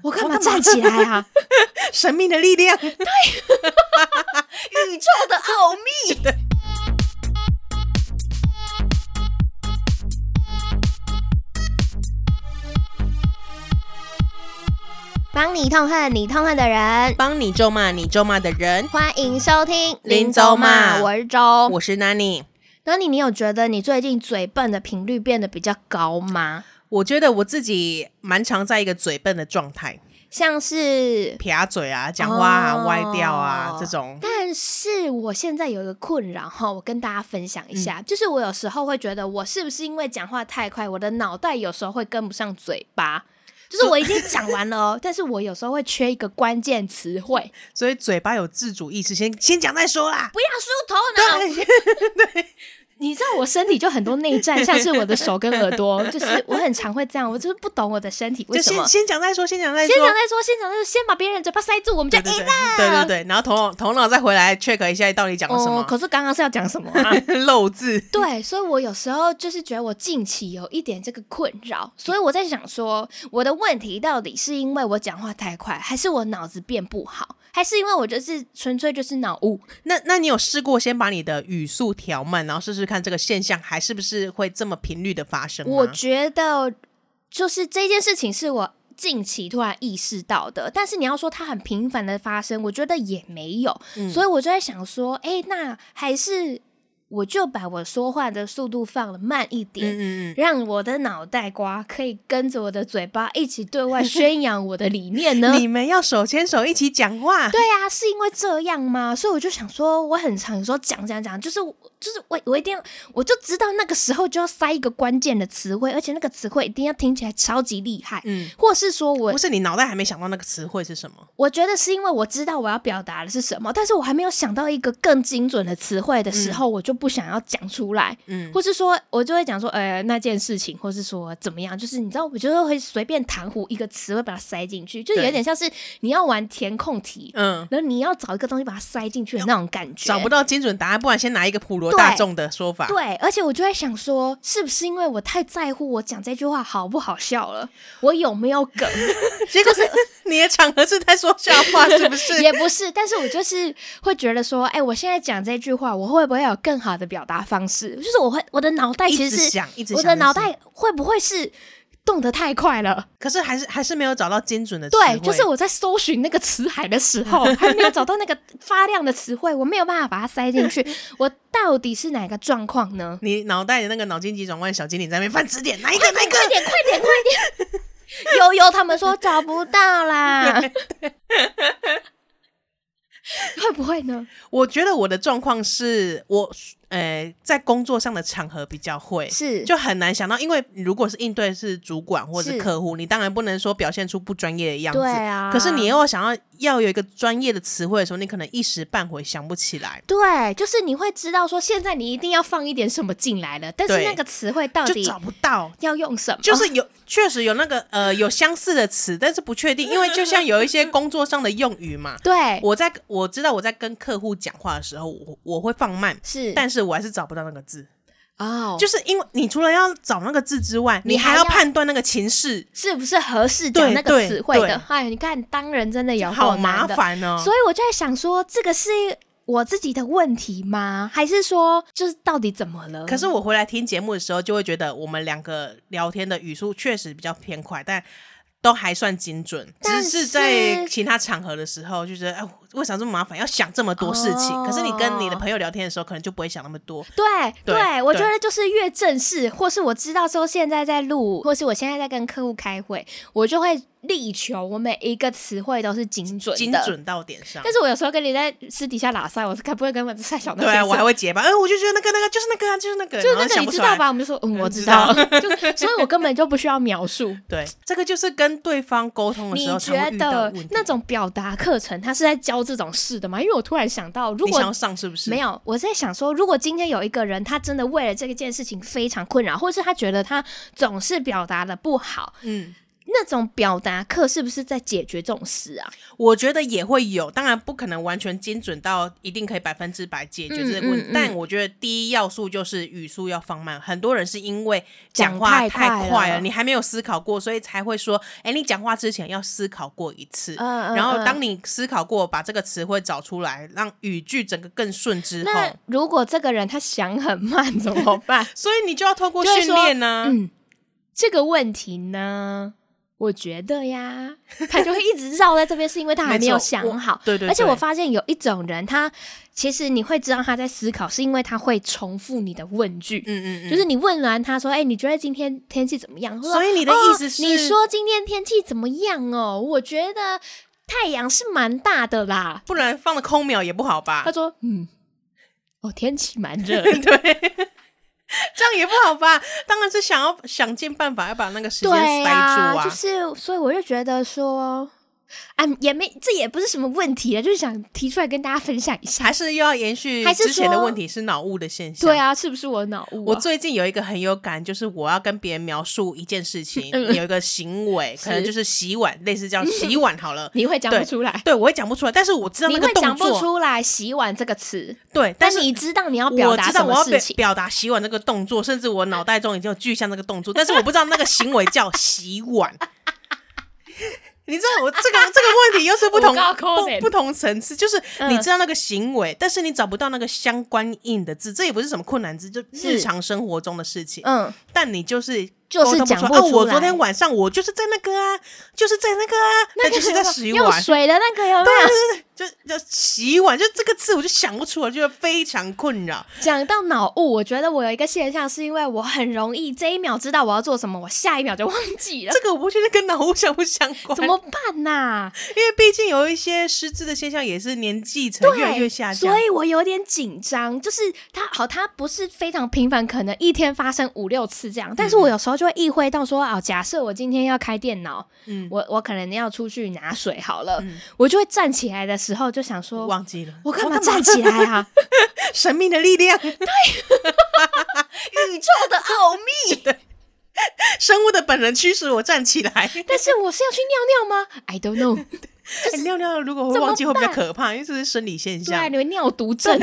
我干嘛站起来啊？神秘的力量， 宇宙的奥秘。帮你痛恨你痛恨的人，帮你咒骂你咒骂的人。欢迎收听《林州骂我是周。我是 Nani，那你，你有觉得你最近嘴笨的频率变得比较高吗？我觉得我自己蛮常在一个嘴笨的状态，像是，撇嘴啊、讲话啊、哦歪掉啊这种。但是我现在有一个困扰哈，我跟大家分享一下，嗯就是我有时候会觉得我是不是因为讲话太快，我的脑袋有时候会跟不上嘴 巴。就是我已经讲完了哦， 但是我有时候会缺一个关键词汇，所以嘴巴有自主意识，先先讲再说啦。不要输头脑，你知道我身体就很多内战，像是我的手跟耳朵， 就是我很常会这样，我就是不懂我的身体为就什先么。先讲再说，先讲再先讲说。再说，先讲再说，先把别人嘴巴塞住，我们就对赢对对了。对对对，然后头脑头脑再回来 check 一下到底讲了什哦，么可是刚刚是要讲什么啊？漏字。对，所以我有时候就是觉得我近期有一点这个困扰，所以我在想说，我的问题到底是因为我讲话太快，还是我脑子变不好，还是因为我就是纯粹就是脑雾？那那你有试过先把你的语速调慢，然后试试看这个现象还是不是会这么频率的发生吗？我觉得就是这件事情是我近期突然意识到的，但是你要说它很频繁的发生，我觉得也没有，嗯所以我就在想说，哎、那还是我就把我说话的速度放的慢一点。嗯嗯嗯，让我的脑袋瓜可以跟着我的嘴巴一起对外 宣扬我的理念呢？你们要手牵手一起讲话。对啊，是因为这样吗？所以我就想说，我很常有时候讲讲讲，就是我就是我我一定要，我就知道那个时候就要塞一个关键的词汇，而且那个词汇一定要听起来超级厉害，嗯，或是说我不是你脑袋还没想到那个词汇是什么？我觉得是因为我知道我要表达的是什么，但是我还没有想到一个更精准的词汇的时候，我就不想要讲出来。嗯，或是说，我就会讲说，呃，那件事情，或是说怎么样，就是你知道，我就会随便含糊一个词汇把它塞进去，就有对点像是你要玩填空题，嗯，然后你要找一个东西把它塞进去的那种感觉，找不到。到精准答案，不然先拿一个普罗对大众的说法。对，而且我就在想说，是不是因为我太在乎我讲这句话好不好笑了？我有没有 梗？ 结果是 你的场合是在说笑话，是 不是？也不是，但是我就是会觉得说，哎、我现在讲这句话，我会不会有更好的表达方式？就是我会，我的脑袋一其直实是想，一直想，我的脑一直想，袋会不会是动得太快了？可是还是还是没有找到精准的词对，汇。就是我在搜寻那个词海的时 候，还没有找到那个发亮的词汇，我没有办法把它塞进 去。我到底是哪个状况呢？你脑袋的那个脑筋急转弯小精灵在那边翻词典， 哪一个哪一个快？点，快点，快 点！悠悠他们说找不到啦，会不会呢？我觉得我的状况是我呃在工作上的场合比较会。是，就很难想到，因为如果是应对是主管或者是是客户，你当然不能说表现出不专业的样子。对啊。可是你又想要要有一个专业的词汇的时候，你可能一时半会想不起来，对，就是你会知道说，现在你一定要放一点什么进来了，但是对那个词汇到就底哦找不到。要用什么？。就是有，确实有那个呃，有相似的词，但是不确定，因为就像有一些工作上的用语嘛对，我在我知道我在跟客户讲话的时候，我我会放慢，是，但是我还是找不到那个字，哦，就是因为你除了要找那个字之外，你你还还要要判断那个情势，是不是合适讲对那个对词汇的对？哎，你看，当人真的有够好难麻的，烦哦。所以我就在想说，这个是我自己的问题吗？还是说，就是到底怎么了？可是我回来听节目的时候，就会觉得我们两个聊天的语速确实比较偏快，但都还算精准。但只是是在其他场合的时候，就觉得哎，为啥这么麻烦，要想这么多事情？哦可是你跟你的朋友聊天的时候，可能就不会想那么多。对对我觉对得就是越正式，或是我知道说现在在录，嗯或是我现在在跟客户开会，我就会力求我每一个词汇都是精准的。精准啊到点上但，是我有时候跟你在私底下拉塞，我是该不会跟我在小的对啊，我还会结巴，哎、我就觉得那个那个就是那个啊，就是那个，就是然那后个想你不知出来道？吧？我们就说嗯，我知知道 道，就所以我根本就不需要描述。对，这个就是跟对方沟通的你时候常觉会遇到的得问题。那种表达课程，他是在教这种事的吗？因为我突然想到，如你想要果上是不是？没有，我在想说，如果今天有一个人，他真的为了这件事情非常困扰，或是他觉得他总是表达的不好，嗯，那种表达课是不是在解决这种事啊？我觉得也会有，当然不可能完全精准到一定可以百分之百解决这个问题，嗯嗯嗯但我觉得第一要素就是语速要放慢。很多人是因为讲讲话太快太快了了，你还没有思考过，所以才会说，哎，你讲话之前要思考过一次。嗯嗯然后嗯当你思考过，把这个词汇找出来，让语句整个更顺之那后，如果这个人他想很慢怎么 办？所以你就要透过就会训说练呢、啊嗯，这个问题呢，我觉得呀，他就会一直绕在这边，是因为他还没有没错想好。对对对，而且我发现有一种人，他其实你会知道他在思考，是因为他会重复你的问句。嗯嗯嗯，就是你问完他说：“哎、你觉得今天天气怎么样？”他说所以你的哦意思是，你说今天天气怎么样哦？我觉得太阳是蛮大的啦。不然放了空秒也不好吧他？说：“嗯，哦，天气蛮热 的。对，这样也不好吧？当然是想要想尽办法要把那个”时间对塞住呀、啊。就是所以我就觉得说，啊，也没这也不是什么问题啊，就是想提出来跟大家分享一下。还是又要延续还是之前的说问题是脑雾的现象。对，啊，是不是我脑雾、我啊？最近有一个很有感，就是我要跟别人描述一件事情，嗯有一个行 为，可能是嗯就是洗碗，类似叫洗碗好了。你会讲不对出来，对，我也讲不出来，但是我知道你那个会讲动不作。出来“洗碗”这个词，对，但但是你知道你要表我达知什道我么要事表嗯情。表达洗碗这个动作，甚至我脑袋中已经有具象这个动作，但是我不知道那个行为叫洗 碗。你知道我这个这个问题又是不同我告诉你不不同层次，就是你嗯知道那个行为，但是你找不到那个相关应的字，这也不是什么困难字，就是日常生活中的事情。嗯，但你就是就是沟通讲不不出来。啊出我昨来天晚上我就是在那个啊，就是在那个啊，那个就是在有没有洗用碗，啊水的那个有没有？就就洗碗，就这个字我就想不出来，就非常困扰。讲到脑雾，我觉得我有一个现象，是因为我很容易这一秒知道我要做什么，我下一秒就忘记了， 这个我不确定跟脑雾相不相关，怎么办呐、因为毕竟有一些失智的现象也是年纪层对，越来越下降所。以我有点紧张。就是它好，它不是非常频繁，可能一天发生五六次这样。但是嗯我有时候就会意会到说，啊，假设我今天要开电脑，嗯，我我可能要出去拿水好了，嗯我就会站起来的时候就想说，忘记了，我干嘛站起来啊？ 神秘的力量， 宇宙的奥秘。生物的本能驱使我站起来。但是我是要去尿尿吗？I don't know。哎尿尿如果会怎么忘记会比较办可怕，因为这是生理现对啊，象。你们尿毒症。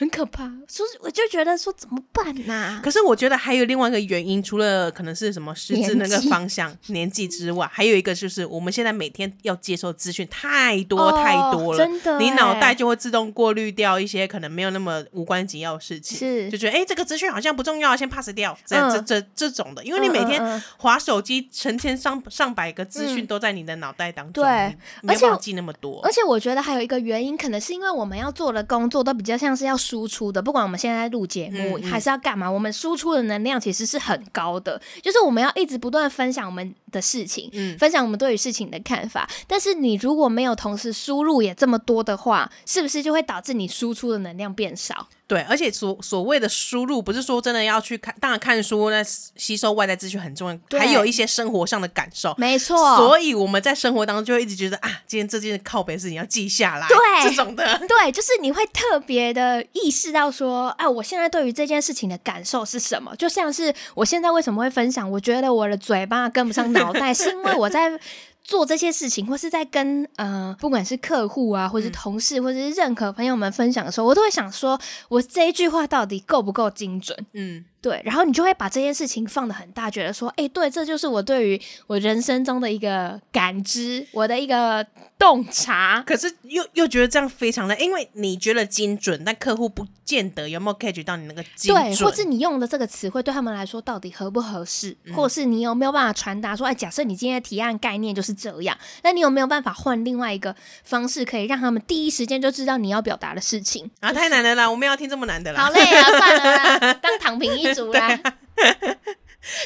很可怕，所以我就觉得说怎么办呐、可是我觉得还有另外一个原因，除了可能是什么失智那个年纪方向、年纪之外，还有一个就是我们现在每天要接受资讯太多、哦太多了，真的你脑袋欸就会自动过滤掉一些可能没有那么无关紧要的事情，是就觉得哎、诶这个资讯好像不重要，先 pass 掉，这、样这嗯这这种的，因为你每嗯嗯天嗯划手机，成千上上百个资讯都在你的脑袋当中，对你而没有且办法记那么多而，且我觉得还有一个原因，可能是因为我们要做的工作都比较像是要输出的，不管我们现在录节目、嗯嗯还是要干嘛，我们输出的能量其实是很高的，就是我们要一直不断地分享我们的事情，嗯。分享我们对于事情的看法。但是你如果没有同时输入也这么多的话，是不是就会导致你输出的能量变少？对，而且所所谓的输入，不是说真的要去看，当然看书那吸收外在资讯很重要，对还有一些生活上的感受。没错，所以我们在生活当中就会一直觉得啊，今天这件靠北事情要记下来，对这种 的。对，就是你会特别的意识到说，啊，我现在对于这件事情的感受是什么？就像是我现在为什么会分享？我觉得我的嘴巴跟不上脑袋，是因为我在做这些事情，或是在跟呃，不管是客户啊，或是同事，或者是任何朋友们分享的时候，我都会想说，我这一句话到底够不够精准？嗯，对，然后你就会把这件事情放得很大，觉得说，哎，对，这就是我对于我人生中的一个感知，我的一个洞察。可是又又觉得这样非常的，因为你觉得精准，但客户不见得有没有 catch 到你那个精对，或准。嗯是你用的这个词汇对他们来说到底合不合适，或是你有没有办法传达说，哎，假设你今天的提案概念就是这样，那你有没有办法换另外一个方式，可以让他们第一时间就知道你要表达的事情？啊，太难了啦，我们要听这么难的好啦。啊累啊，算了 啦，当躺平一族啦，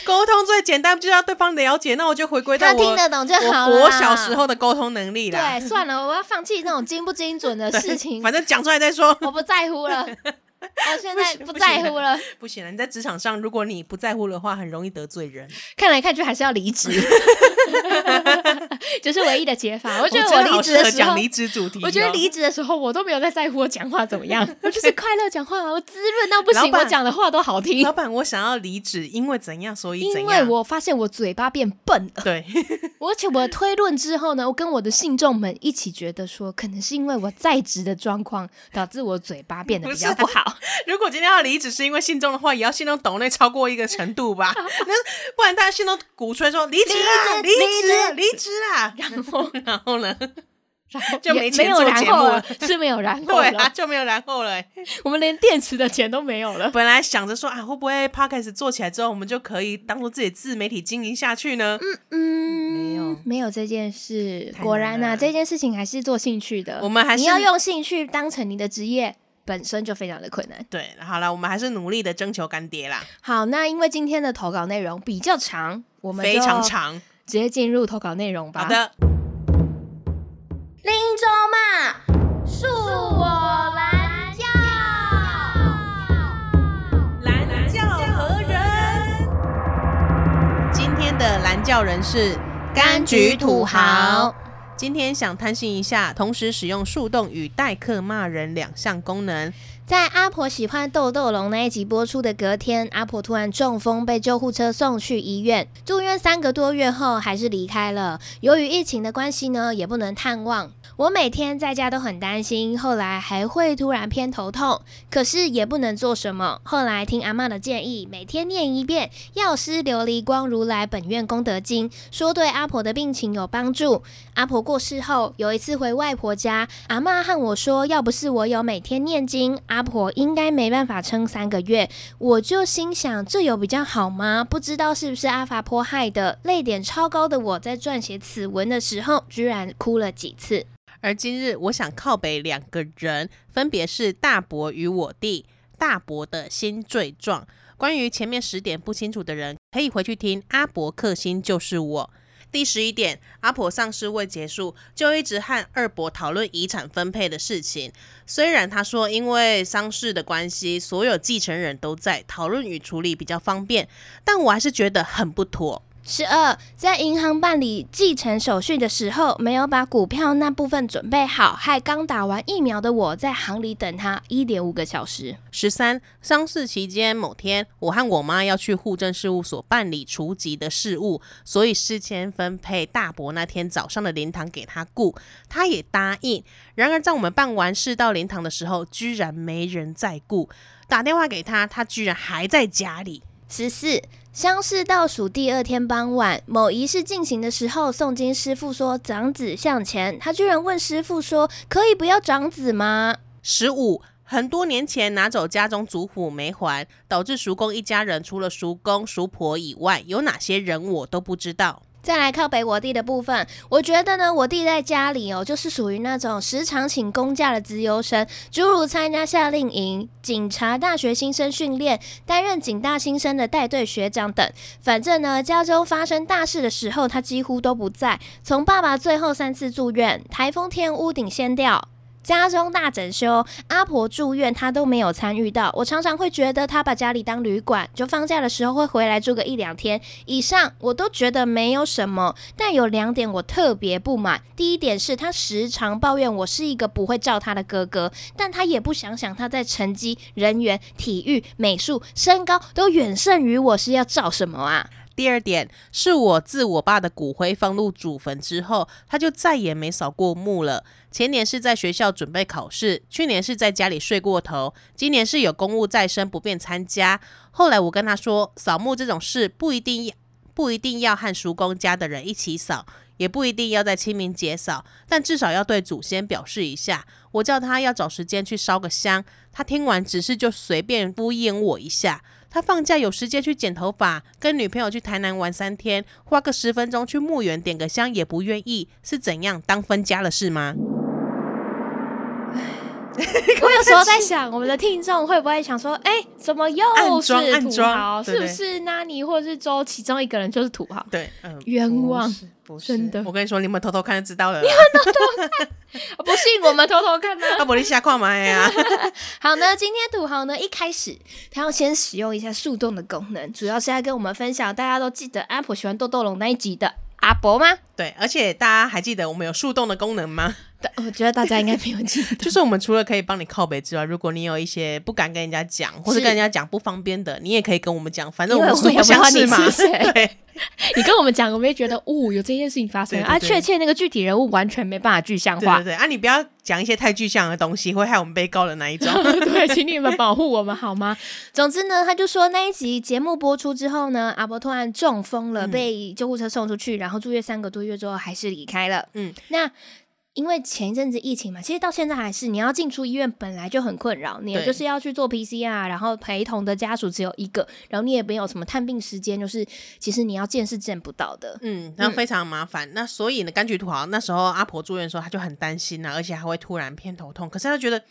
沟通最简单，就是要对方了解。那我就回归到他我听得懂就好我了。国小时。候的沟通能力啦。对，算了，我要放弃那种精不精准的事情，反正讲出来再说。 我不在乎了，我现在不行不不在行乎了。不行了，你在职场上，如果你不在乎的话，很容以得罪人。 看来看去还是要离职。就是唯一的解法。我我觉得真我的离好职适的合时候讲，离职主题哦，我觉得离职的时候我都没有在在乎我讲话怎么 样，我就是快乐讲话啊，我滋润到不老行，板我讲的话都好听老。板，我想要离职，因为怎样，所以怎样。因为我发现我嘴巴变笨了，对 而且我推论之后呢，我跟我的信众们一起觉得说，可能是因为我在职的状况导致我嘴巴变得比啊较不好。 如果今天要离职是因为信众的话，也要信众抖内超过一个程 度吧，那不然大家信众鼓吹说离职啦，离离职职，离职啦，然后，然后呢？然后就也没钱没有做然节后目了了， 是没有然后对了啊，。就没有然后了欸、我们连电池的钱都没有了。本来想着说啊，会不会 podcast 做起来之后，我们就可以当做自己的自媒体经营下去呢？嗯，没有没有这件事太。难果然呐、了这件事情还是做兴趣的。我们还是你要用兴趣当成你的职业，本身就非常的困难。对，好了，我们还是努力的征求干爹啦，好，那因为今天的投稿内容比较长，我们非就常长。直接进入投稿内容吧。好，的，林州嘛，恕我蓝教。蓝教何人？今天的蓝教人是柑橘土豪。今天想贪心一下，同时使用树洞与代客骂人两项功能。在阿婆喜欢豆豆龙那一集播出的隔天，阿婆突然中风，被救护车送去医院，住院三个多月后还是离开了。由于疫情的关系呢，也不能探望。我每天在家都很担心，后来还会突然偏头痛，可是也不能做什么。后来听阿嬷的建议，每天念一遍《药师琉璃光如来本愿功德经》，说对阿婆的病情有帮助。阿婆过世后，有一次回外婆家，阿嬷和我说，要不是我有每天念经，阿婆应该没办法撑三个月。我就心想，这有比较好吗？不知道是不是阿法波害的。泪点超高的我在撰写此文的时候，居然哭了几次。而今日我想靠北两个人，分别是大伯与我弟。大伯的新罪状，关于前面十点不清楚的人，可以回去听阿伯克星就是我。第十一点，阿婆丧事未结束，就一直和二伯讨论遗产分配的事情。虽然他说因为丧事的关系，所有继承人都在，讨论与处理比较方便，但我还是觉得很不妥。十二，在银行办理继承手续的时候，没有把股票那部分准备好，害刚打完疫苗的我在行里等他一点五个小时。十三，丧事期间某天，我和我妈要去户政事务所办理除籍的事务，所以事先分配大伯那天早上的灵堂给他顾，他也答应。然而，在我们办完事到灵堂的时候，居然没人在顾，打电话给他，他居然还在家里。十四，乡试倒数第二天傍晚，某仪式进行的时候，诵经师傅说“长子向前”，他居然问师傅说：“可以不要长子吗十五，很多年前拿走家中族谱没还，导致叔公一家人除了叔公、叔婆以外，有哪些人我都不知道。？”再来靠北我弟的部分，我觉得呢，我弟在家里哦，就是属于那种时常请公假的资优生，诸如参加夏令营、警察大学新生训练、担任警大新生的带队学长等。反正呢，加州发生大事的时候，他几乎都不在。从爸爸最后三次住院，台风天屋顶掀掉。家中大整修，阿婆住院，他都没有参与到。我常常会觉得他把家里当旅馆，就放假的时候会回来住个一两天。以上我都觉得没有什么，但有两点我特别不满。第一点是他时常抱怨我是一个不会照他的哥哥，但他也不想想他在成绩、人缘、体育、美术、身高都远胜于我，是要照什么 啊？第二点是我自我爸的骨灰放入祖坟之后，他就再也没扫过墓了。前年是在学校准备考试，去年是在家里睡过头，今年是有公务在身不便参加。后来我跟他说，扫墓这种事不一定要不一定要和叔公家的人一起扫，也不一定要在清明节扫，但至少要对祖先表示一下。我叫他要找时间去烧个香，他听完只是就随便敷衍我一下。他放假有时间去剪头发，跟女朋友去台南玩三天，花个十分钟去墓园点个香也不愿意，是怎样当分家了是吗？我有时候在想，我们的听众会不会想说，哎、怎么又暗是装暗土装豪？对是不对是 Nani 或者是周其中一个人就是土豪？对，嗯、冤枉不是，不是真的我跟你说，你们偷偷看就知道了啦。你 不信我们偷偷看呢、阿伯利下矿吗呀？ 好呢，今天土豪呢一开始他要先使用一下树洞的功能，主要是要跟我们分享大家都记得阿婆喜欢豆豆龙那一集的阿伯吗？对，而且大家还记得我们有树洞的功 能吗？但我觉得大家应该没有记得。就是我们除了可以帮你靠北之外，如果你有一些不敢跟人家讲，或是跟人家讲不方便的，你也可以跟我们讲，反正因为们我素也不不知道相识你嘛。是谁 对， 你跟我们讲，我们也觉得，哦，有这件事情发生对对啊，对确切那个具体人物完全没办法具象对对化。对，啊，你不要讲一些太具象的东西，会害我们被告的那一种。 对，请你们保护我们好吗？总之呢，他就说那一集节目播出之后呢，阿伯突然中风了，嗯被救护车送出去，然后住院三个多月之后还是离开了。嗯，那因为前一阵子疫情嘛，其实到现在还是你要进出医院本来就很困扰，你也对就是要去做 PCR，然后陪同的家属只有一个，然后你也没有什么探病时间，就是其实你要见是见不到的。嗯，那非常麻烦。那所以呢，柑橘土豪那时候阿婆住院的时候，她就很担心啊，而且还会突然偏头痛。可是她觉得嘖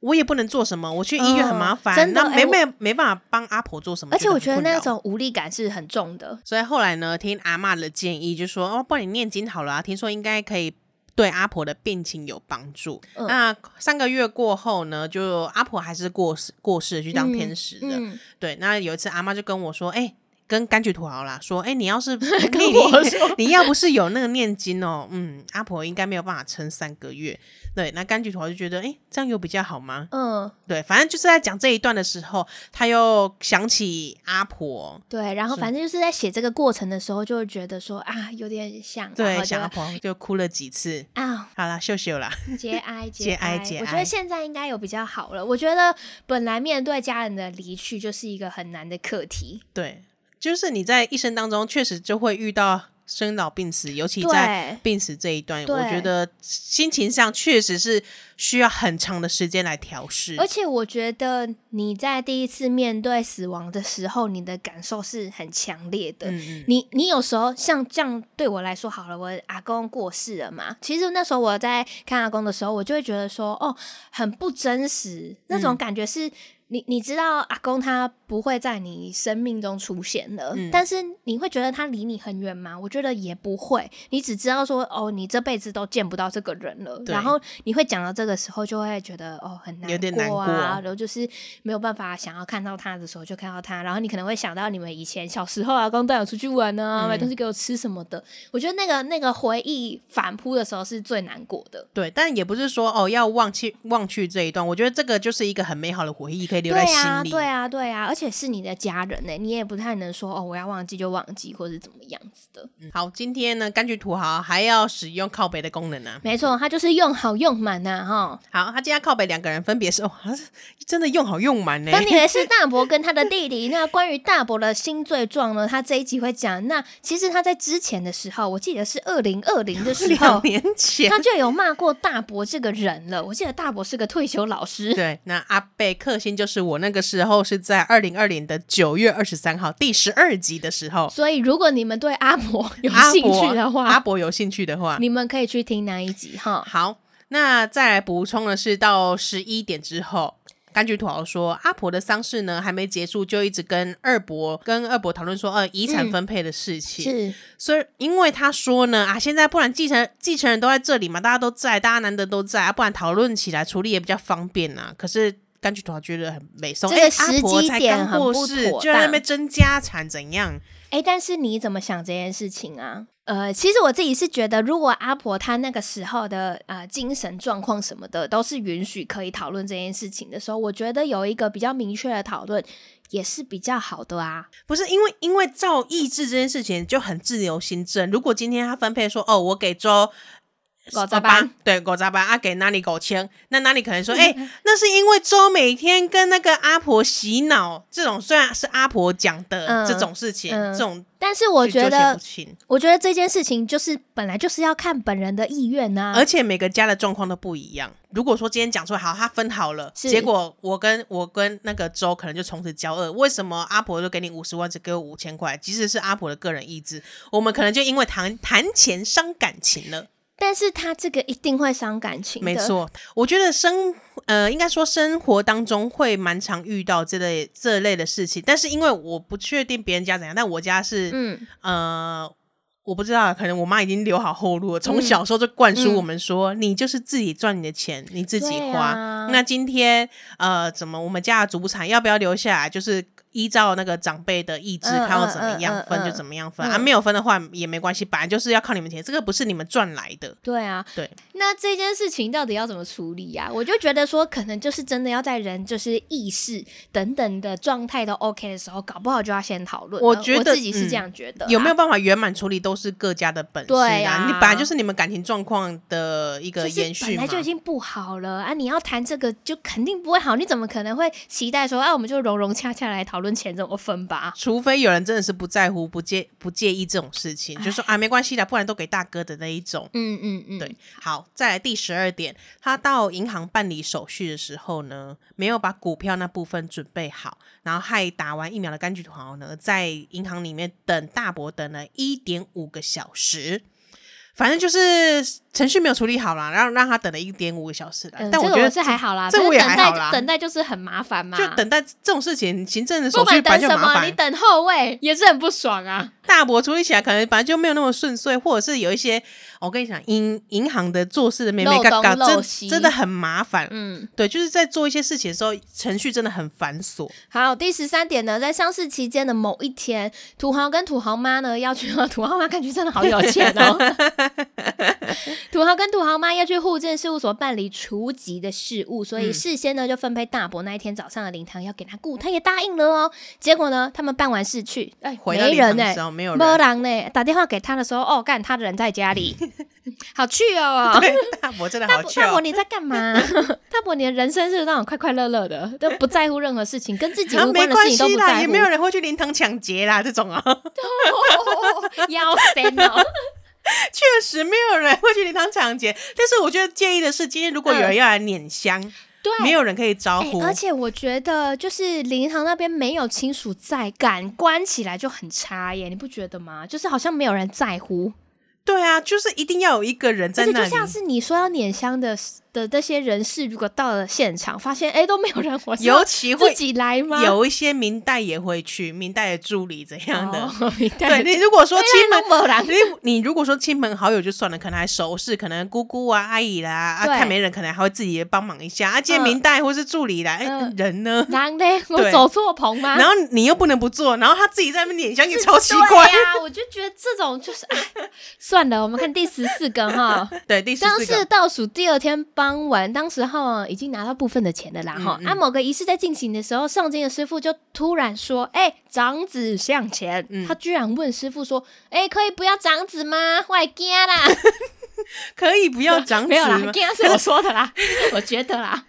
我也不能做什么，我去医院很麻烦，嗯真的那没哎没没办法帮阿婆做什么。而且我觉得嗯很困那扰。种无力感是很重的，所以后来呢，听阿嬷的建议，就说哦，不然你念经好了、啊，听说应该可以对阿婆的病情有帮助。嗯那三个月过后呢，就阿婆还是过世过世去当天使的。嗯，对，那有一次阿妈就跟我说，哎、跟柑橘土豪啦，说，哎、你要是跟 跟我说你要不是有那个念经哦，嗯，阿婆应该没有办法撑三个月。对，那柑橘土豪就觉得，哎、这样有比较好吗？嗯，对，反正就是在讲这一段的时候，他又想起阿婆，对。然后是反正就是在写这个过程的时候，就会觉得说啊，有点想，然对，后就小阿婆就哭了几次。啊，好啦，秀秀啦，节哀 节哀节我觉哀得现在应该有比较好了。我觉得本来面对家人的离去就是一个很难的课题，对，就是你在一生当中确实就会遇到生老病死，尤其在对。病死这一段，对我觉得心情上确实是需要很长的时间来调试而。且我觉得你在第一次面对死亡的时候，你的感受是很强烈的。嗯嗯，你你有时候像这样对我来说好了，我阿公过世了嘛。其实那时候我在看阿公的时候，我就会觉得说，哦，很不真实，那嗯种感觉是。你你知道阿公他不会在你生命中出现了，嗯但是你会觉得他离你很远吗？我觉得也不会，你只知道说哦，你这辈子都见不到这个人了。对然后你会讲到这个时候，就会觉得哦很难过啊，有点难过然后就是没有办法想要看到他的时候就看到他，然后你可能会想到你们以前小时候啊，刚带我出去玩啊，嗯买东西给我吃什么的。我觉得那个那个回忆反扑的时候是最难过的。对，但也不是说哦要忘记忘去这一段，我觉得这个就是一个很美好的回忆，可以留对在心啊，里。对啊，对啊，而且是你的家人呢、你也不太能说哦，我要忘记就忘记，或者怎么样子的。嗯好，今天呢，柑橘土豪还要使用靠北的功能啊。没错，他就是用好用满呐、 哈。好，他今天靠北两个人分别是，哇，真的用好用满呢。分别是大伯跟他的弟弟。那关于大伯的新罪状呢，他这一集会讲。那其实他在之前的时候，我记得是二零二零的时候 两，年前他，就有骂过大伯这个人了。我记得大伯是个退休老师，对，那阿贝克星就是我那个时候是在二零二零的九月二十三号第十二集的时候， 所以如果你们对阿伯有阿兴伯趣的阿话，伯有兴趣的话，你们可以去听那一集哈。好，那再来补充的是，到十一点之后，柑橘土豪说，阿婆的丧事呢还没结束，就一直跟二伯跟二伯讨论说，呃，遗产嗯分配的事情。是，所以，因为他说呢，啊，现在不然继承继承人都在这里嘛，大家都在，大家难得都在，啊、不然讨论起来处理也比较方便啊。可是。柑橘土豪觉得很美松，这个哎时阿婆机才点刚很过不世，妥就在那当边争家产，怎样？哎，但是你怎么想这件事情啊？呃，其实我自己是觉得，如果阿婆她那个时候的呃精神状况什么的都是允许可以讨论这件事情的时候，我觉得有一个比较明确的讨论也是比较好的啊。不是因为因为照意志这件事情就很自由行政。如果今天他分配说哦，我给周五十万，对狗杂班啊，给哪里狗签，那哪里可能说哎、那是因为周每天跟那个阿婆洗脑，这种虽然是阿婆讲的、嗯这种事情，嗯这种但是我去觉纠结得不，清，我觉得这件事情就是本来就是要看本人的意愿啊呐、而且每个家的状况都不一样。如果说今天讲出来好，他分好了，是结果我跟我跟那个周可能就从此交恶。为什么阿婆就给你五十万，只给我五千块？即使是阿婆的个人意志，我们可能就因为谈谈钱伤感情了。但是他这个一定会伤感情的，没错，我觉得生呃，应该说生活当中会蛮常遇到这类这类的事情，但是因为我不确定别人家怎样，但我家是、嗯，呃。我不知道，可能我妈已经留好后路了。嗯从小时候就灌输我们说，你就是自己赚你的钱，你自己对花。啊那今天呃，怎么我们家的祖产要不要留下来，就是依照那个长辈的意志，嗯看到怎么嗯样嗯分就嗯怎么样分啊，嗯没有分的话也没关系，本来就是要靠你们钱，这个不是你们赚来的。对啊，对，那这件事情到底要怎么处理呀、我就觉得说，可能就是真的要在人就是意识等等的状态都 OK 的时候，搞不好就要先讨论了。我我觉得自己是嗯这样觉得啦、有没有办法圆满处理都是各家的本事啊对啊啊你本来就是你们感情状况的一个就是延续本嘛来。就已经不好了啊！你要谈这个就肯定不会好，你怎么可能会期待说，啊，我们就融融洽洽来讨论钱怎么分吧？除非有人真的是不在乎、不介不介意这种事情，就说啊没关系的，不然都给大哥的那一种。嗯嗯嗯，对，好，再来第十二点，他到银行办理手续的时候呢，没有把股票那部分准备好，然后害打完疫苗的柑橘团呢，在银行里面等大伯等了一点五个小时。反正就是程序没有处理好啦，然后让他等了一点五个小时啦。嗯，但我这觉个得我是还好啦，这可我是也等还好啦待等待就是很麻烦嘛，就等待这种事情，行政的不手管续本来等就什麻么，你烦。等后位也是很不爽啊。大伯处理起来可能本来就没有那么顺遂，或者是有一些，哦我跟你讲，银银行的做事的妹妹漏嘎嘎，东漏真西真的很麻烦。嗯，对，就是在做一些事情的时候，程序真的很繁琐。好，第十三点呢，在上市期间的某一天，土豪跟土豪妈呢要去，土豪妈感觉真的好有钱哦。 土豪跟土豪妈要去户政事务所办理除籍的事务，所嗯以事先呢就分配大伯那一天早上的灵堂要给他雇，他也答应了哦。结果呢，他们办完事去，哎、回到没银行人的哎、时候，没有没人。人呢、欸打电话给他的时候，哦，干，他的人在家 里，好去哦。对， 大伯真的 大好伯，糗大伯你在干 嘛？大伯，你的人生是那种快快乐乐的，都不在乎任何事情，跟自己啊，无没关的关事情系都不在啦，乎。也没 有人会去灵堂抢劫啦，这种啊， 腰酸哦。确实没有人会去灵堂抢劫。但是我觉得建议的是，今天如果有人要来捻香， 对，没有人可以招哎呼。而且我觉得，就是灵堂那边没有亲属在，感官起来就很差耶，你不觉得吗？就是好像没有人在乎，对啊，就是一定要有一个人在而且那就里。像是你说要捻香的的那些人士，如果到了现场发现，哎，都没有人，我是尤要其会自己来吗？有一些明代也会去，明代的助理怎样的？哦，明白 对你如果 说亲哎朋那都没人你你如 果说亲朋好友就算了，可能还熟识，可能姑姑啊、阿姨啦，啊，对看没人，可能还会自己帮忙一下。啊，今嗯天明代或是助理来，哎、嗯啊人呢？然嘞，我对走错棚吗？然后你又不能不做，然后他自己在那边脸香，也超奇对怪。呀、我就觉得这种就是，哎，算了，我们看第十四个哈。对， 第十上四市个，倒数第二天傍晚，当时候已经拿到部分的钱了啦哈。嗯嗯啊，某个仪式在进行的时候，上京的师傅就突然说：“哎、长子向前。嗯他居然问师傅说：“哎、可以不要长子吗？坏惊 啦，可以不要长子 没有吗啦，？惊 是我说的啦， 我觉得啦，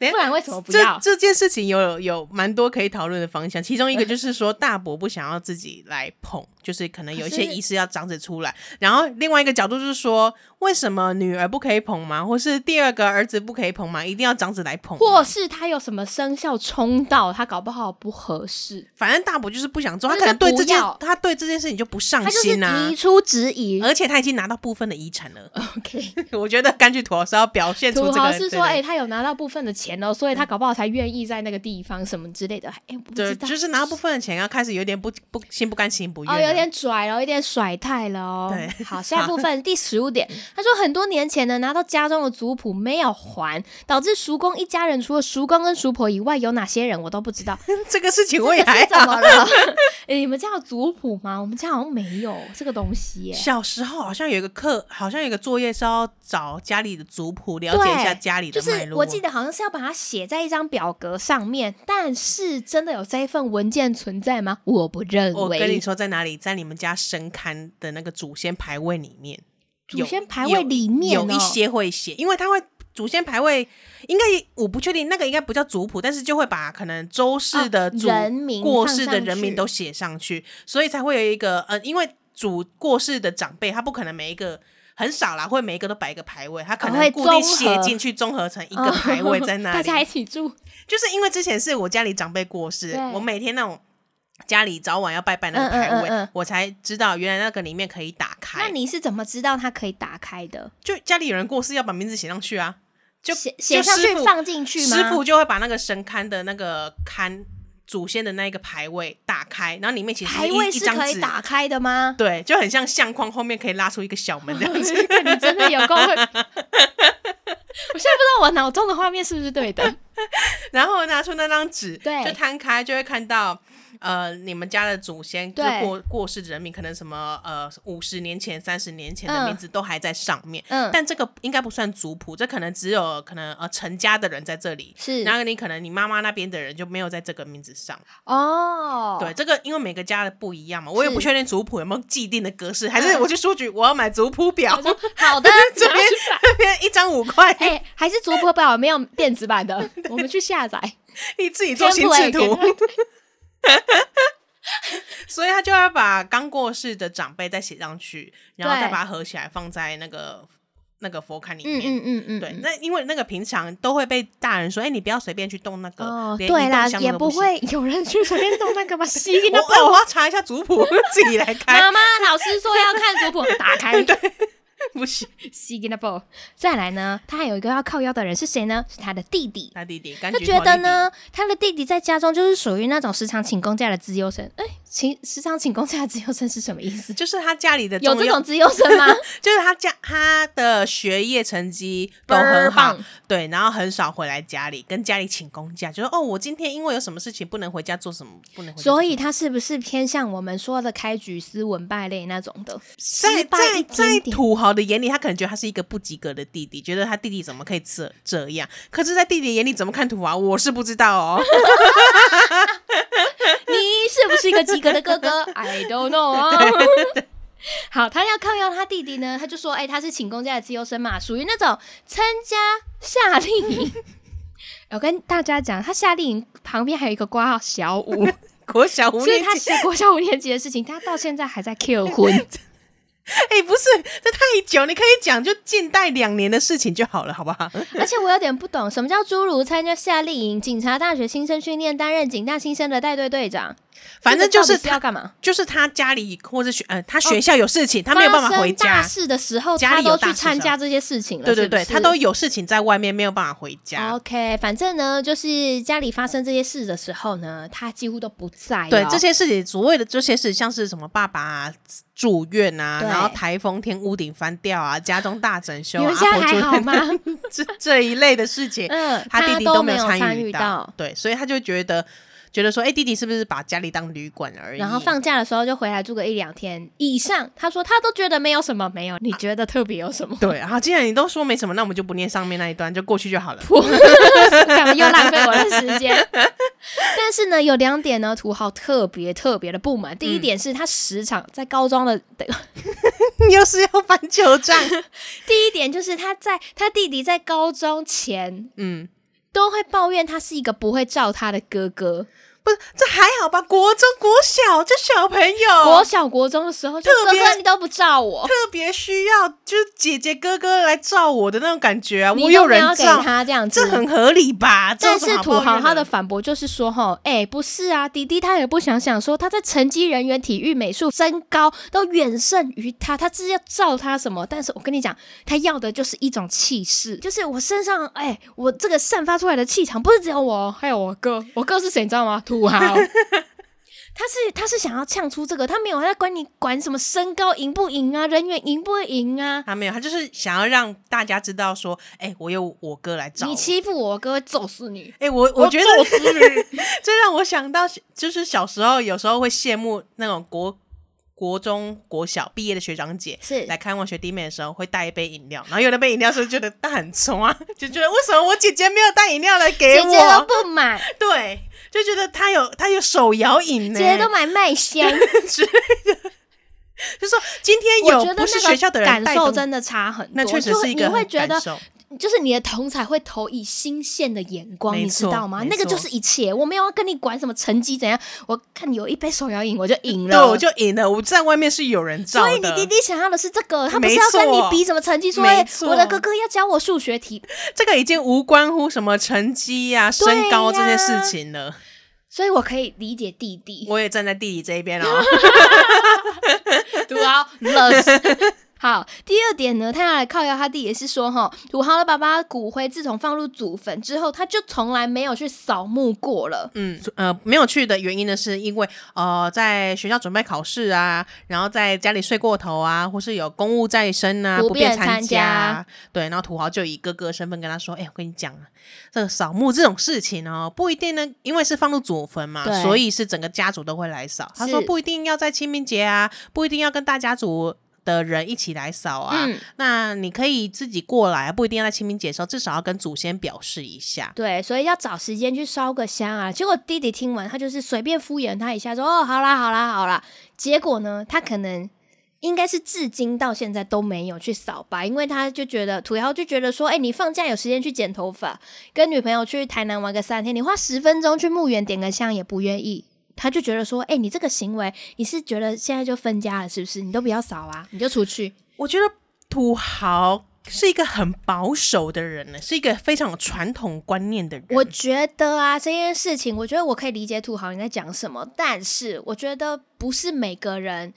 等一下不然为什哦么不这要？这件事情有有蛮多可以讨论的方向，其中 一个就是说大伯不想要自己来碰，就是可能有一些可是仪式要长子出来。然后另外一个角度就是说，为什么女儿不可以捧吗？或是第二个儿子不可以捧吗？一定要长子来捧吗？或是他有什么生肖冲到，他搞不好不合适，反正大伯就是不想做，他他就是可能对这件不要他对这件事情就不上他就是心啊提。出质疑。而且他已经拿到部分的遗产 了， OK。”我觉得柑橘土豪是要表现出土这个豪人是对说，对嗯哎、他有拿到部分的钱哦，所以他搞不好才愿意在那个地方什么之类的。哎、我不对，知道，就是拿到部分的钱，要开始有点不不心不甘情不愿啊哦，了，有点拽了，有点甩太了哦。对 嗯好，下一部分第十五点，他说很多年前呢，拿到家中的族谱没有还，导致叔公一家人除了叔公跟叔婆以外，有哪些人我都不知 道。这个事情我也这还是怎好么。了？ 哎你们家有族谱吗？我们家好像没有这个东西 耶。小时候好像有一个课，好像有一个作业是要找家里的族谱，了解一下家里就的是脉络。我记得好像是要把它写在一张表格上面，但是真的有这一份文件存在吗？我不认我跟你为。说在哪里，在你们家神龛的那个祖先牌位里面，祖有先牌位里面、有哦、有一些会写，因为他会祖先牌位，应该我不确定那个应该不叫族谱，但是就会把可能周氏的哦祖、人名过放世的上人名去都写上去，所以才会有一个呃，因为主过世的长辈他不可能每一个。很少啦，会每一个都摆一个牌位，他可哦能会固定综写合哦进去，综合成一个 牌位在那里。大家一起住。就是因为之前是我家里长辈过世对，我每天那种家里早晚要拜拜那个牌位，嗯嗯嗯嗯我才知道原来那个里面可以打开。那你是怎么知道它可以打开的？就家里有人过世要把名字写上去啊，就写就写上师去傅放进去吗？师傅就会把那个神龛的那个龛祖先的那一个牌位打开，然后里面其实牌一位一是张可以纸，打开的吗？ 对，就很像相框后面可以拉出一个小门这样子。你 真的有够会。我现在不知道我脑中的画面是不是对的，然后拿出那张纸，对就摊开就会看到，呃，你们家的祖先就对过过世的人名，可能什么呃五十年前、三十年前的嗯名字都还在上面，嗯，但这个应该不算族谱，这可能只有可能呃陈家的人在这里，是然后你可能你妈妈那边的人就没有在这个名字上。哦，对，，这个因为每个家的不一样嘛，我也是嗯不确定族谱有没有既定的格式，还是我去书局我要买族谱表，，好的 这然后边去这边一张五块， 哎、还是族谱表有没有电子版 的？我们去下载。你自己做心智图。 所以他就要把刚过世的长辈再写上去，然后对再把它合起来放在那个那个佛龛里嗯面。嗯嗯嗯，对，嗯那因为那个平常都会被大人说，哎、你不要随便去动那个，哦，连对移动啦，箱也都不行。哎会有人去随便动那 个吧，吸引我那哎，我要查一下族谱，自己来妈 看，妈，老师说要看族谱，打 开不行。吸引那不。再来呢，他还有一个要靠腰的人是谁呢？是他的弟弟。他弟弟，他他觉得？呢，他的弟弟在家中就是属于那种时常请公假的资优生。哎、请时常请公假的资优生是什么意思？就是他家里的有 重这要种资优 生吗？就是他家他的学业成绩都倍儿很好棒，对，然后很少回来家里，跟家里请公假，就说哦，我今天因为有什么事情不能回家做什么，不能回家做什么。所以他是不是偏向我们说的开局斯文败类那种的？在失败在一在点点土豪的眼里，他可能觉得他是一个不及格的弟弟，觉得他弟弟怎么可以这这样？可是，在弟弟眼里怎么看土豪，我是不知道 哦。你是不是一个及格的哥 哥？I don't know 啊。好，他要靠要他弟弟呢，他就说：“哎、他是请公假的自由生嘛，属于那种参加夏令 营。”我跟大家讲，他夏令营旁边还有一个挂号小五，国小五 所以年他 级，是国小五年级的事情，他到现在还在 Q 婚。哎、不是，这太久，你可以讲就近代两年的事情就好了，好不好？ 而且我有点不懂，什么叫诸如参加夏令营、警察大学新生训练，担任警大新生的带队队长，反正就这个是到底是要他，干嘛？就是他家里或者学，呃，他学校有事情，他没有办法回哦发生家大。事的时候，家他里有都大去事参是吧加这些事情了。对对是不对，是哦他都有事情在外面，没有办法回家。 OK，反正呢，就是家里发生这些事的时候呢，他几乎都不在。对这，些事情，所谓的这些事，像是什么爸爸、啊、住院啊，对然后台风天屋顶翻掉啊，家中大整修、啊，你们现在阿婆住还院好 吗？这这一类的事情，嗯，他弟弟都没有参与到，。对，所以他就觉得觉得说，哎、弟弟是不是把家里当旅馆而已？然后放假的时候就回来住个一两天以上，他说他都觉得没有什么，没有，你觉得特别有什么？对，啊，既然你都说没什么，那我们就不念上面那一段，就过去就好了。干嘛又浪费我的时间？ 但是呢，有两点呢，土豪特别特别的不满。第一点是他时常在高中的， 又是要翻旧账，第一点就是他在他弟弟在高中前嗯，都会抱怨他是一个不会照他的哥哥。不是，这还好吧？国中、国小这小朋友，国小国中的时候，就哦特哥别哥你都不照我，特别需要就是姐姐哥哥来照我的那种感觉啊，你我都有没人有给照，他这样这子。很合理吧？这有但什是么好土抱豪怨他的的反驳就是说，吼，哎、不是啊，迪迪他也不想想说，他在成绩、人员、体育、美术、身高都远胜于他，他是要照他什么？但是我跟你讲，他要的就是一种气势，就是我身上，哎、我这个散发出来的气场，不是只有我，哦还有我哥，我哥是谁你知道吗？土 豪。他是他是想要呛出这个，他没有在管你管什么身高赢不赢啊，人员赢不赢啊，他没有，他就是想要让大家知道说，哎、我有我哥来找你我。欺负我，我哥会揍死你。哎、我我觉得揍死 你！这让我想到，就是小时候有时候会羡慕那种国国中、国小毕业的学长姐。是来看望学弟妹的时候，会带一杯饮料，然后有那杯饮料是觉得他很冲啊，就觉得为什么我姐姐没有带饮料来给姐我？姐都不 买，对，就觉得他有他有手摇饮呢、姐姐都买麦香。就说今天我 有觉得不是那学校个的人感带受动真的差很多，那确实就是一个你会很觉得感，受就是你的同才会投以新鲜的眼光，没你知错道吗？没那个就错是一切，我没有要跟你管什么成绩怎样，我看有一杯手摇饮我就赢了，对，我就赢了。我在外面是有人照所的，以你弟弟想要的是这个，他不是没要跟你错比什么成绩，说没哎错我的哥哥要教我数学题，这个已经无关乎什么成绩呀、身高这些事情了。所以我可以理解弟弟。 我也站在弟弟这一边哦。对啊，冷死。 好，第二点呢，他要来靠摇他弟也是说哈，土豪的爸爸骨灰自从放入祖坟之后，他就从来没有去扫墓过了。嗯，呃，没有去的原因呢，是因为呃，在学校准备考试啊，然后在家里睡过头啊，或是有公务在身啊，不不便便参参啊。对，然后土豪就以哥哥的身份跟他说：“哎、我跟你讲啊，这个扫墓这种事情哦，不一定呢，因为是放入祖坟嘛对，所以是整个家族都会来扫。他说是不一定要在清明节啊，不一定要跟大家族。”的人一起来扫啊，嗯那你可以自己过来，啊不一定要在清明节的时候，至少要跟祖先表示一下。对，所以要找时间去烧个香啊。结果弟弟听完，他就是随便敷衍他一下，说：“哦，好啦，好啦，好啦。”结果呢，他可能应该是至今到现在都没有去扫吧，因为他就觉得土豪就觉得说：“哎、你放假有时间去剪头发，跟女朋友去台南玩个三天，你花十分钟去墓园点个香也不愿意。”他就觉得说：“哎、你这个行为，你是觉得现在就分家了是不是？你都不要扫啊，你就出去。”我觉得土豪是一个很保守的人呢，是一个非常有传统观念的人。我觉得啊，这件事情，我觉得我可以理解土豪你在讲什么，但是我觉得不是每个人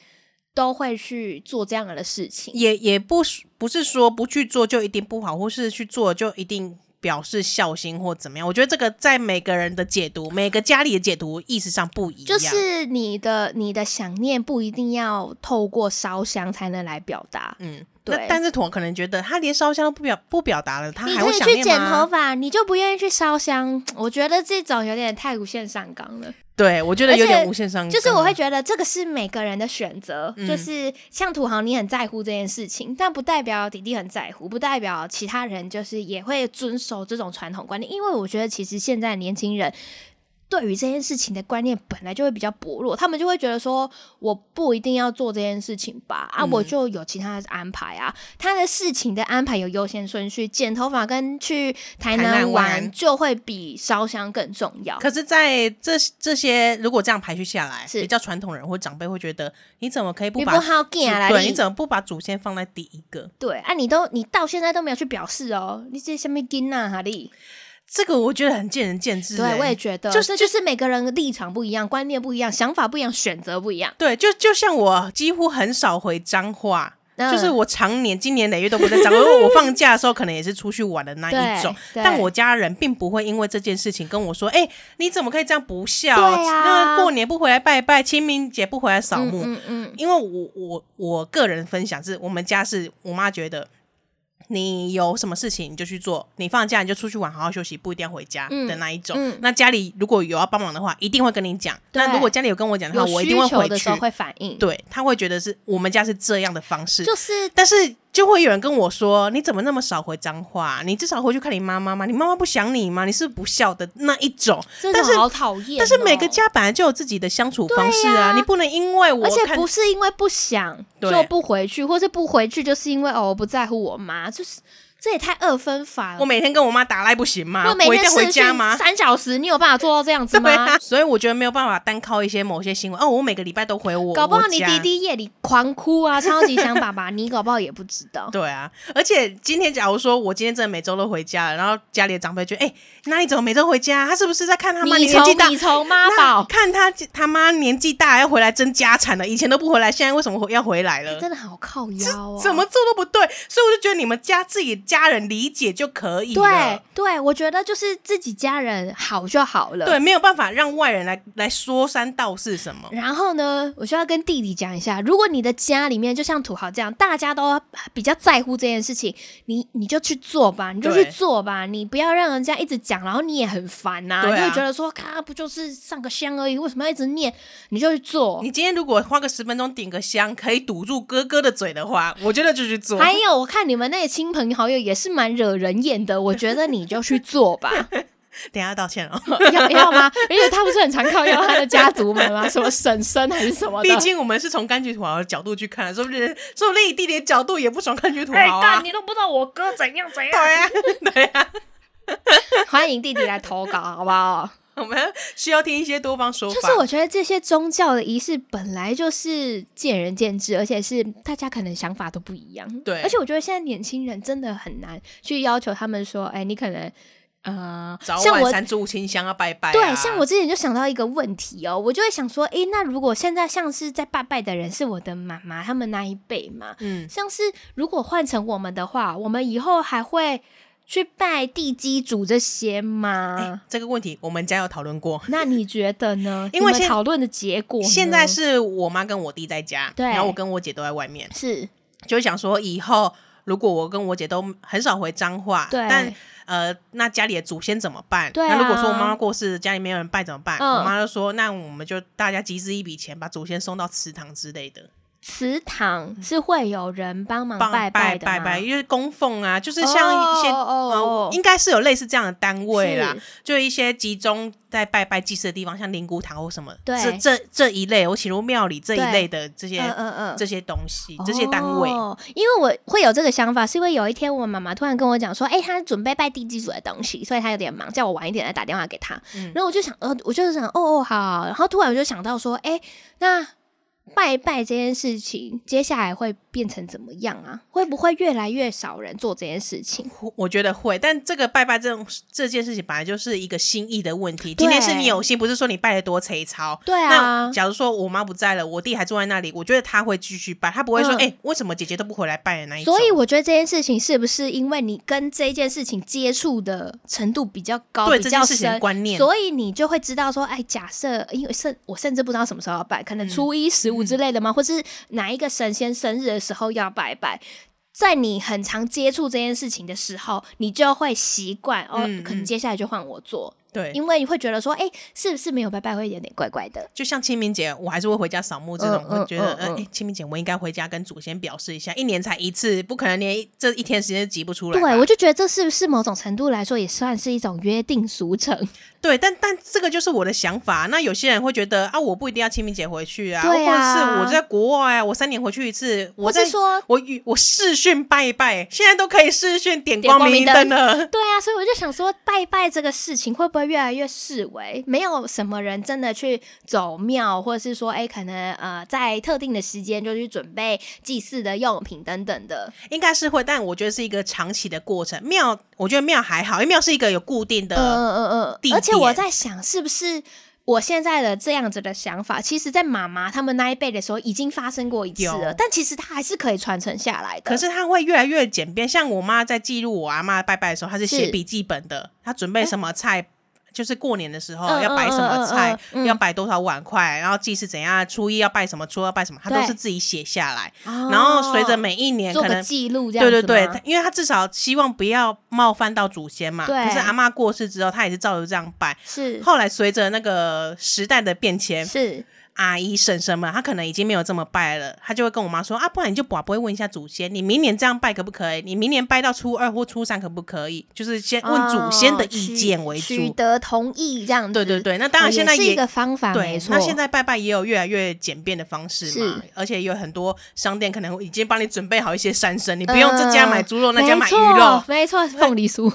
都会去做这样的事情。也也不是不是说不去做就一定不好，或是去做就一定表示孝心或怎么样。我觉得这个在每个人的解读，每个家里的解读意识上不一样。就是你的你的想念不一定要透过烧香才能来表达，嗯，对那但是土豪可能觉得他连烧香都不表不表达了，他你啊还可会以想去念剪头吗？发，你就不愿意去烧香。我觉得这种有点太无限上纲了。对，我觉得而有点且无限上纲。啊就是我会觉得这个是每个人的选择，嗯就是像土豪你很在乎这件事情，但不代表弟弟很在乎，不代表其他人就是也会遵守这种传统观念，因为我觉得其实现在年轻人。对于这件事情的观念本来就会比较薄弱，他们就会觉得说，我不一定要做这件事情吧，啊，嗯我就有其他的安排啊。他的事情的安排有优先顺序，剪头发跟去台台南南玩玩就会比烧香更重要。可是，在这这些如果这样排序下来，是比较传统人或长辈会觉得，你怎么可以不你不把好祖见啦，对，你怎么不把祖先放在第一个？对啊，你都你到现在都没有去表示哦，你这什么金呐、啊，哈利？这个我觉得很见仁见智、欸。对，我也觉得，就就是就是每个人的立场不一样，观念不一样，想法不一样，选择不一样。对，就就像我几乎很少回彰化。嗯就是我常年今年累月都不在彰化，因为我放假的时候可能也是出去玩的那一种，对对但我家人并不会因为这件事情跟我说：“哎、你怎么可以这样不孝？对啊那过年不回来拜拜，清明节不回来扫嗯墓。嗯嗯，因为我我我个人分享是，我们家是我妈觉得你有什么事情你就去做，你放假你就出去玩，好好休息，不一定要回家嗯的那一种。嗯那家里如果有要帮忙的话，一定会跟你讲。对那如果家里有跟我讲的话，有我一需定会求回的时去候。会反应，对，他会觉得是我们家是这样的方式，就是但是就会有人跟我说：“你怎么那么少回彰化？你至少回去看你妈妈嘛，你妈妈不想你吗？你是不是不孝的那一种。”这但种是好讨厌哦、但是每个家本来就有自己的相处方式啊，你不能因为我而且看不是因为不想对就不回去，或是不回去就是因为哦我不在乎我妈，就是这也太二分法了。我每天跟我妈打赖不行吗？我每我一天定要回视讯家吗？三小时，你有办法做到这样子 对吗？啊，所以我觉得没有办法单靠一些某些行为。哦，我每个礼拜都回我，搞不好我你家弟。弟夜里狂哭 啊，超级想爸爸，你搞不好也不知道。对啊，而且今天假如说我今天真的每周都回家了，然后家里的长辈就哎、那你怎么每周回家？他是不是在看他妈你年纪从大你？从妈那宝，看他他妈年纪大要回来争家产了，以前都不回来，现在为什么要回来了？哎真的好靠腰哦。怎么？做都不对，所以我就觉得你们家自己家人理解就可以对了。对，我觉得就是自己家人好就好了。对，。没有办法让外人来来说三道四什么。然后呢，我就要跟弟弟讲一下，如果你的家里面就像土豪这样，大家都比较在乎这件事情，你你就去做吧，你就去对做吧，你不要让人家一直讲，然后你也很烦呐、对你啊会觉得说，咔，不就是上个香而已，为什么要一直念？你就去做。你今天如果花个十分钟点个香，可以堵住哥哥的嘴的话，我觉得就去做。还有，我看你们那些亲朋好友也是蛮惹人厌的，我觉得你就去做吧， 等一下道歉哦，要要吗？而且他不是很常靠要他的家族们吗？什么婶婶还是什么的 毕？竟我们是从柑橘土豪的角度去看，说不定说不定弟弟的角度也不爽柑橘土哎豪干啊。你都不知道我哥怎样怎样。对啊，对啊， 欢迎弟弟来投稿，好不 好？我们需要听一些多方说法。就是我觉得这些宗教的仪式本来就是见仁见智，而且是大家可能想法都不一样。对而且我觉得现在年轻人真的很难去要求他们说，哎、你可能呃，早像晚我三炷清香要拜拜、啊。对，像我之前就想到一个问题哦，我就会想说，诶，那如果现在像是在拜拜的人是我的妈妈他们那一辈嘛，嗯，像是如果换成我们的话，我们以后还会去拜地基主这些吗？这个问题我们家有讨论过。那你觉得呢？ 因为你们现讨论的结果呢，现在是我妈跟我弟在家，对然后我跟我姐都在外面，是就想说以后如果我跟我姐都很少回彰化，对但呃，那家里的祖先怎么办？对啊那如果说我妈妈过世，家里没有人拜怎么办？嗯我妈就说，那我们就大家集资一笔钱，把祖先送到祠堂之类的，祠堂是会有人帮忙嗯帮嗯拜拜的拜拜，吗因为供奉啊，就是像一些、哦哦呃哦应该是有类似这样的单位啦是，就一些集中在拜拜祭祀的地方，像灵骨塔或什么，对这这这一类，我请入庙里这一对类的这些、嗯嗯嗯，这些东西，这些单位。哦，因为我会有这个想法，是因为有一天我妈妈突然跟我讲说，哎、她准备拜地基组的东西，所以她有点忙，叫我晚一点再打电话给她。嗯然后我就想，呃，我就是想，哦哦，好好好然后突然我就想到说，哎、那拜拜这件事情，接下来会变成怎么样啊？会不会越来越少人做这件事情？我我觉得会，但这个拜拜这种这件事情本来就是一个心意的问题。今天是你有心，不是说你拜的多贼操。对啊那，假如说我妈不在了，我弟还坐在那里，我觉得他会继续拜，他不会说，嗯哎、为什么姐姐都不回来拜的那一种。所以我觉得这件事情是不是因为你跟这件事情接触的程度比较高，对比这较件事情的深，观念，所以你就会知道说，哎，假设因为甚我甚至不知道什么时候要拜，可能嗯初一十五之类的吗？或是哪一个神仙生日的时候要拜拜？在你很常接触这件事情的时候，你就会习惯哦，嗯可能嗯接下来就换我做，对，因为你会觉得说，哎、是不是没有拜拜会有点怪怪的？就像清明节，我还是会回家扫墓这种，嗯嗯会觉得，呃，嗯嗯哎，清明节我应该回家跟祖先表示一下，一年才一次，不可能连一这一天时间挤不出来吧。对，我就觉得这是不是某种程度来说也算是一种约定俗成？对，但但这个就是我的想法。那有些人会觉得啊，我不一定要清明节回去啊，对啊或者是我在国外啊，我三年回去一次，我或是在说，我与我视讯拜一拜，现在都可以视讯点点光光明明灯了。对啊，所以我就想说，拜拜这个事情会不会越来越视为没有什么人真的去走庙，或者是说，哎，可能呃，在特定的时间就去准备祭祀的用品等等的。应该是会，但我觉得是一个长期的过程。庙，我觉得庙还好，因为庙是一个有固定的。嗯嗯嗯地嗯。而且我点在想，是不是我现在的这样子的想法，其实在妈妈他们那一辈的时候已经发生过一次了有，但其实它还是可以传承下来的。可是它会越来越简便，像我妈在记录我阿妈拜拜的时候，她是写是哎笔记本的，她准备什么菜，就是过年的时候嗯要摆什么嗯菜，嗯嗯嗯要摆多少碗筷，然后祭祀怎样，初一要拜什么，初二拜什么，她都对是自己写下来。哦，然后随着每一年做可个能。记录，这样对对子对，吗她因为她至少希望不要冒犯到祖先嘛。对可是阿妈过世之后，她也是照着这样拜。是后来随着那个时代的变迁，是阿姨、婶婶们，她可能已经没有这么拜了，她就会跟我妈说啊，不然你就不会问一下祖先，你明年这样拜可不可以？你明年拜到初二或初三可不可以？就是先问祖先的意见为哦取取主。得同意这样子。对对对，那当然哦现在也是一也。个方法，没对，错。那现在拜拜也有越来越简便的方式嘛，而且有很多商店可能已经帮你准备好一些三牲，你不用这家买猪肉，那家没买鱼错肉，没错，凤梨 酥，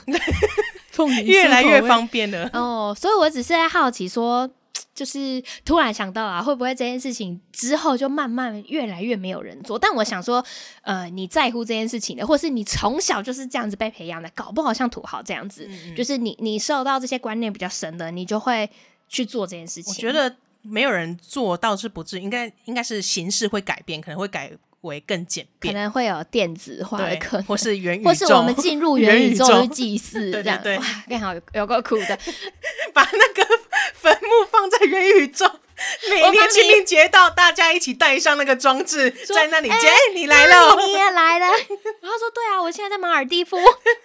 凤梨酥越来越口味方便了。哦。所以我只是在好奇说，就是突然想到啊，会不会这件事情之后就慢慢越来越没有人做？但我想说，呃，你在乎这件事情的，或是你从小就是这样子被培养的，搞不好像土豪这样子，嗯就是你你受到这些观念比较深的，你就会去做这件事情。我觉得没有人做倒是不至于，应该应该是形式会改变，可能会改为更简可便。能会有电子化的对，可能，或是元宇宙，或是我们进入元元宇宇宙宙去祭祀，对对这样对哇，刚好有有够苦的。 把那个坟墓放在元宇宙。每我年们清明节到，大家一起带上那个装置，在那里哎接、你 来了，啊你也来了。然后说对啊，我现在在马尔蒂夫。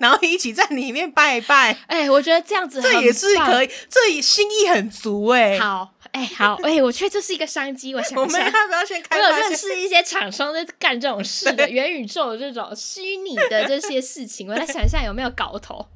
然后一起在里面拜拜，哎、我觉得这样子这也是可以。以，这也心意很足哎、好，哎、好，哎、我觉得这是一个商机。我我想们想，要不要先我开有发认先？识一些厂商在干这种事的，元宇宙的这种虚拟的这些事情，我在想一下有没有搞 头。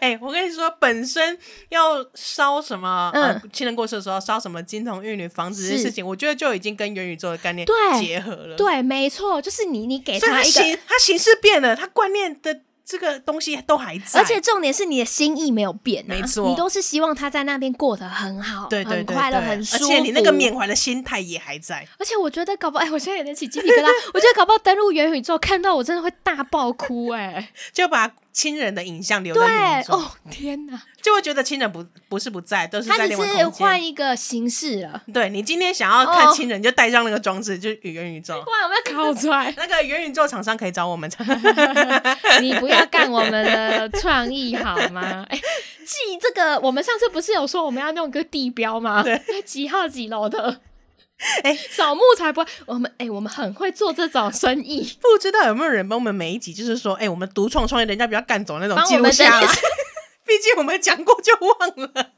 哎、我跟你说，本身要烧什么，嗯嗯，亲人过世的时候烧什么金童玉女房子这是些事情，我觉得就已经跟元宇宙的概念对结合了。对，没错，就是你，你给所以他它一个。形它形式变了，它观念的这个东西都还在，而且重点是你的心意没有变、啊，没错你都是希望他在那边过得很好，对对对很快乐，对很舒服。而且你那个缅怀的心态也还在。而且我觉得搞不好，哎，我现 在有点起鸡皮疙瘩。我觉得搞不好登入元宇宙看到我真的会大爆哭哎、就把亲人的影像留在 对云中，哦，天哪，就会觉得亲人不不是不在，都是他在只另外是空换间。一个形式了。对你今天想要看哦亲人，你就带上那个装置，就是元宇 宙。！哇，我们搞出来那个元宇宙厂商可以找我们，你不要干我们的创意好吗？哎、记这个，我们上次不是有说我们要弄个地标吗？哎对，几号几楼的？哎扫墓才不会，我们哎、我们很会做这种生意，不知道有没有人帮我们每一集，就是说，哎、我们独创创业，人家不要干走那种帮记我录们下来 整。毕竟我们讲过就忘了，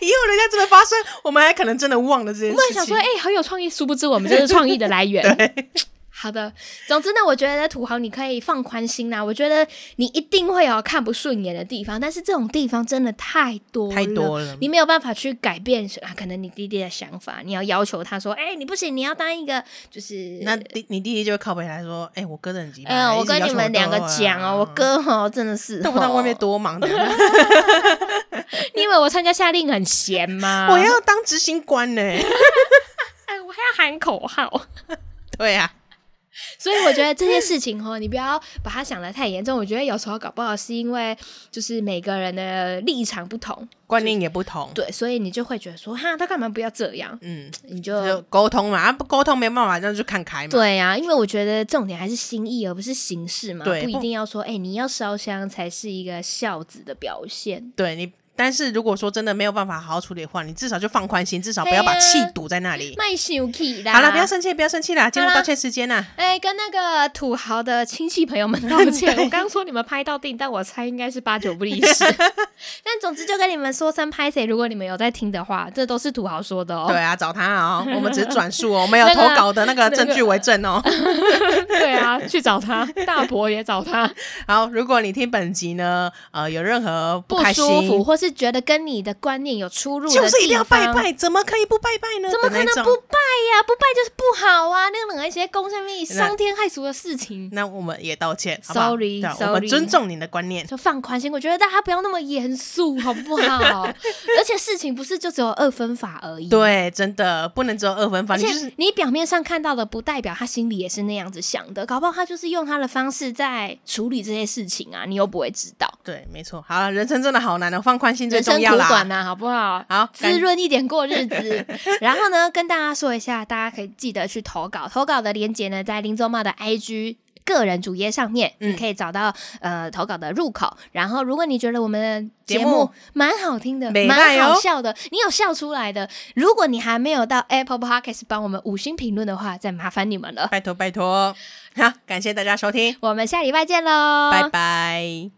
以后人家真的发生，我们还可能真的忘了这件我事们情。想说，哎、好有创意，殊不知我们就是创意的来 源。好的，总之呢，我觉得土豪你可以放宽心啊啦。我觉得你一定会有看不顺眼的地方，但是这种地方真的太多太了多了，你没有办法去改变啊，可能你弟弟的想法，你要要求他说，哎、你不行，你要当一个就是那弟你弟弟就会靠北来说，哎、我哥真的很急吧，哎呀，一我直跟要你求们两个都啊讲哦，我哥哦真的是，哦动不动外面，多忙的， 我你以为我参加夏令很闲 吗？要当执行官呢。 哎，我还要喊口号，对啊，所以我觉得这些事情哦，你不要把它想的太严重。我觉得有时候搞不好是因为就是每个人的立场不同，观念也不同，对，所以你就会觉得说，哈，他干嘛不要这样？嗯，你就就。沟通嘛，啊不沟通没办法，那就看开嘛。呃对呀、啊，因为我觉得重点还是心意，而不是形式嘛。对不一不定要说，哎、你要烧香才是一个孝子的表现。对你，但是如果说真的没有办法好好处理的话，你至少就放宽心，至少不要把对啊气堵在那里。卖生气啦！好了，不要生气，不要生气啦，进入好啦道歉时间啊啦。哎、跟那个土豪的亲戚朋友们道 歉。我刚说你们拍到定，但我猜应该是八九不离十。 但总之就跟你们说声拍谁，如果你们有在听的话，这都是土豪说的哦。对啊，找他啊、 我们只是转述哦，我们有那投个稿的那个那个证据为证哦。 对啊，去找他，大伯也找 他， 好，如果你听本集呢，呃，有任何不开心，舒服或是觉得跟你的观念有出入的地就方，是一定要拜拜，怎么可以不拜拜呢？怎么的可能那种不拜呀、不拜就是不好啊！那冷一些公上面那伤天害俗的事情，那我们也道歉好不好 Sorry，对啊 sorry 我们尊重你的观念。就放宽心。我觉得大家不要那么严肃，好不 好？而且事情不是就只有二分法而已。。对，真的不能只有二分法，而啊你且就是你表面上看到的，不代表他心里也是那样子想的，搞不好他就是用他的方式在处理这些事情啊，你又不会知道。对，没错。好了，人生真的好难哦，放宽心最人生重苦要啦短。啊呐、好不好？好，滋感润一点过日 子。然后呢，跟大家说一下，大家可以记得去投稿，投稿的链接呢在林周茂的 IG。个人主页上面，嗯你可以找到呃投稿的入口。然后，如果你觉得我们的节节目目蛮好听的，美蛮拜哦好笑的，你有笑出来的，如果你还没有到 Apple Podcast 帮我们五星评论的话，再麻烦你们了。拜托拜托。好，感谢大家收听，我们下礼拜见喽，拜拜。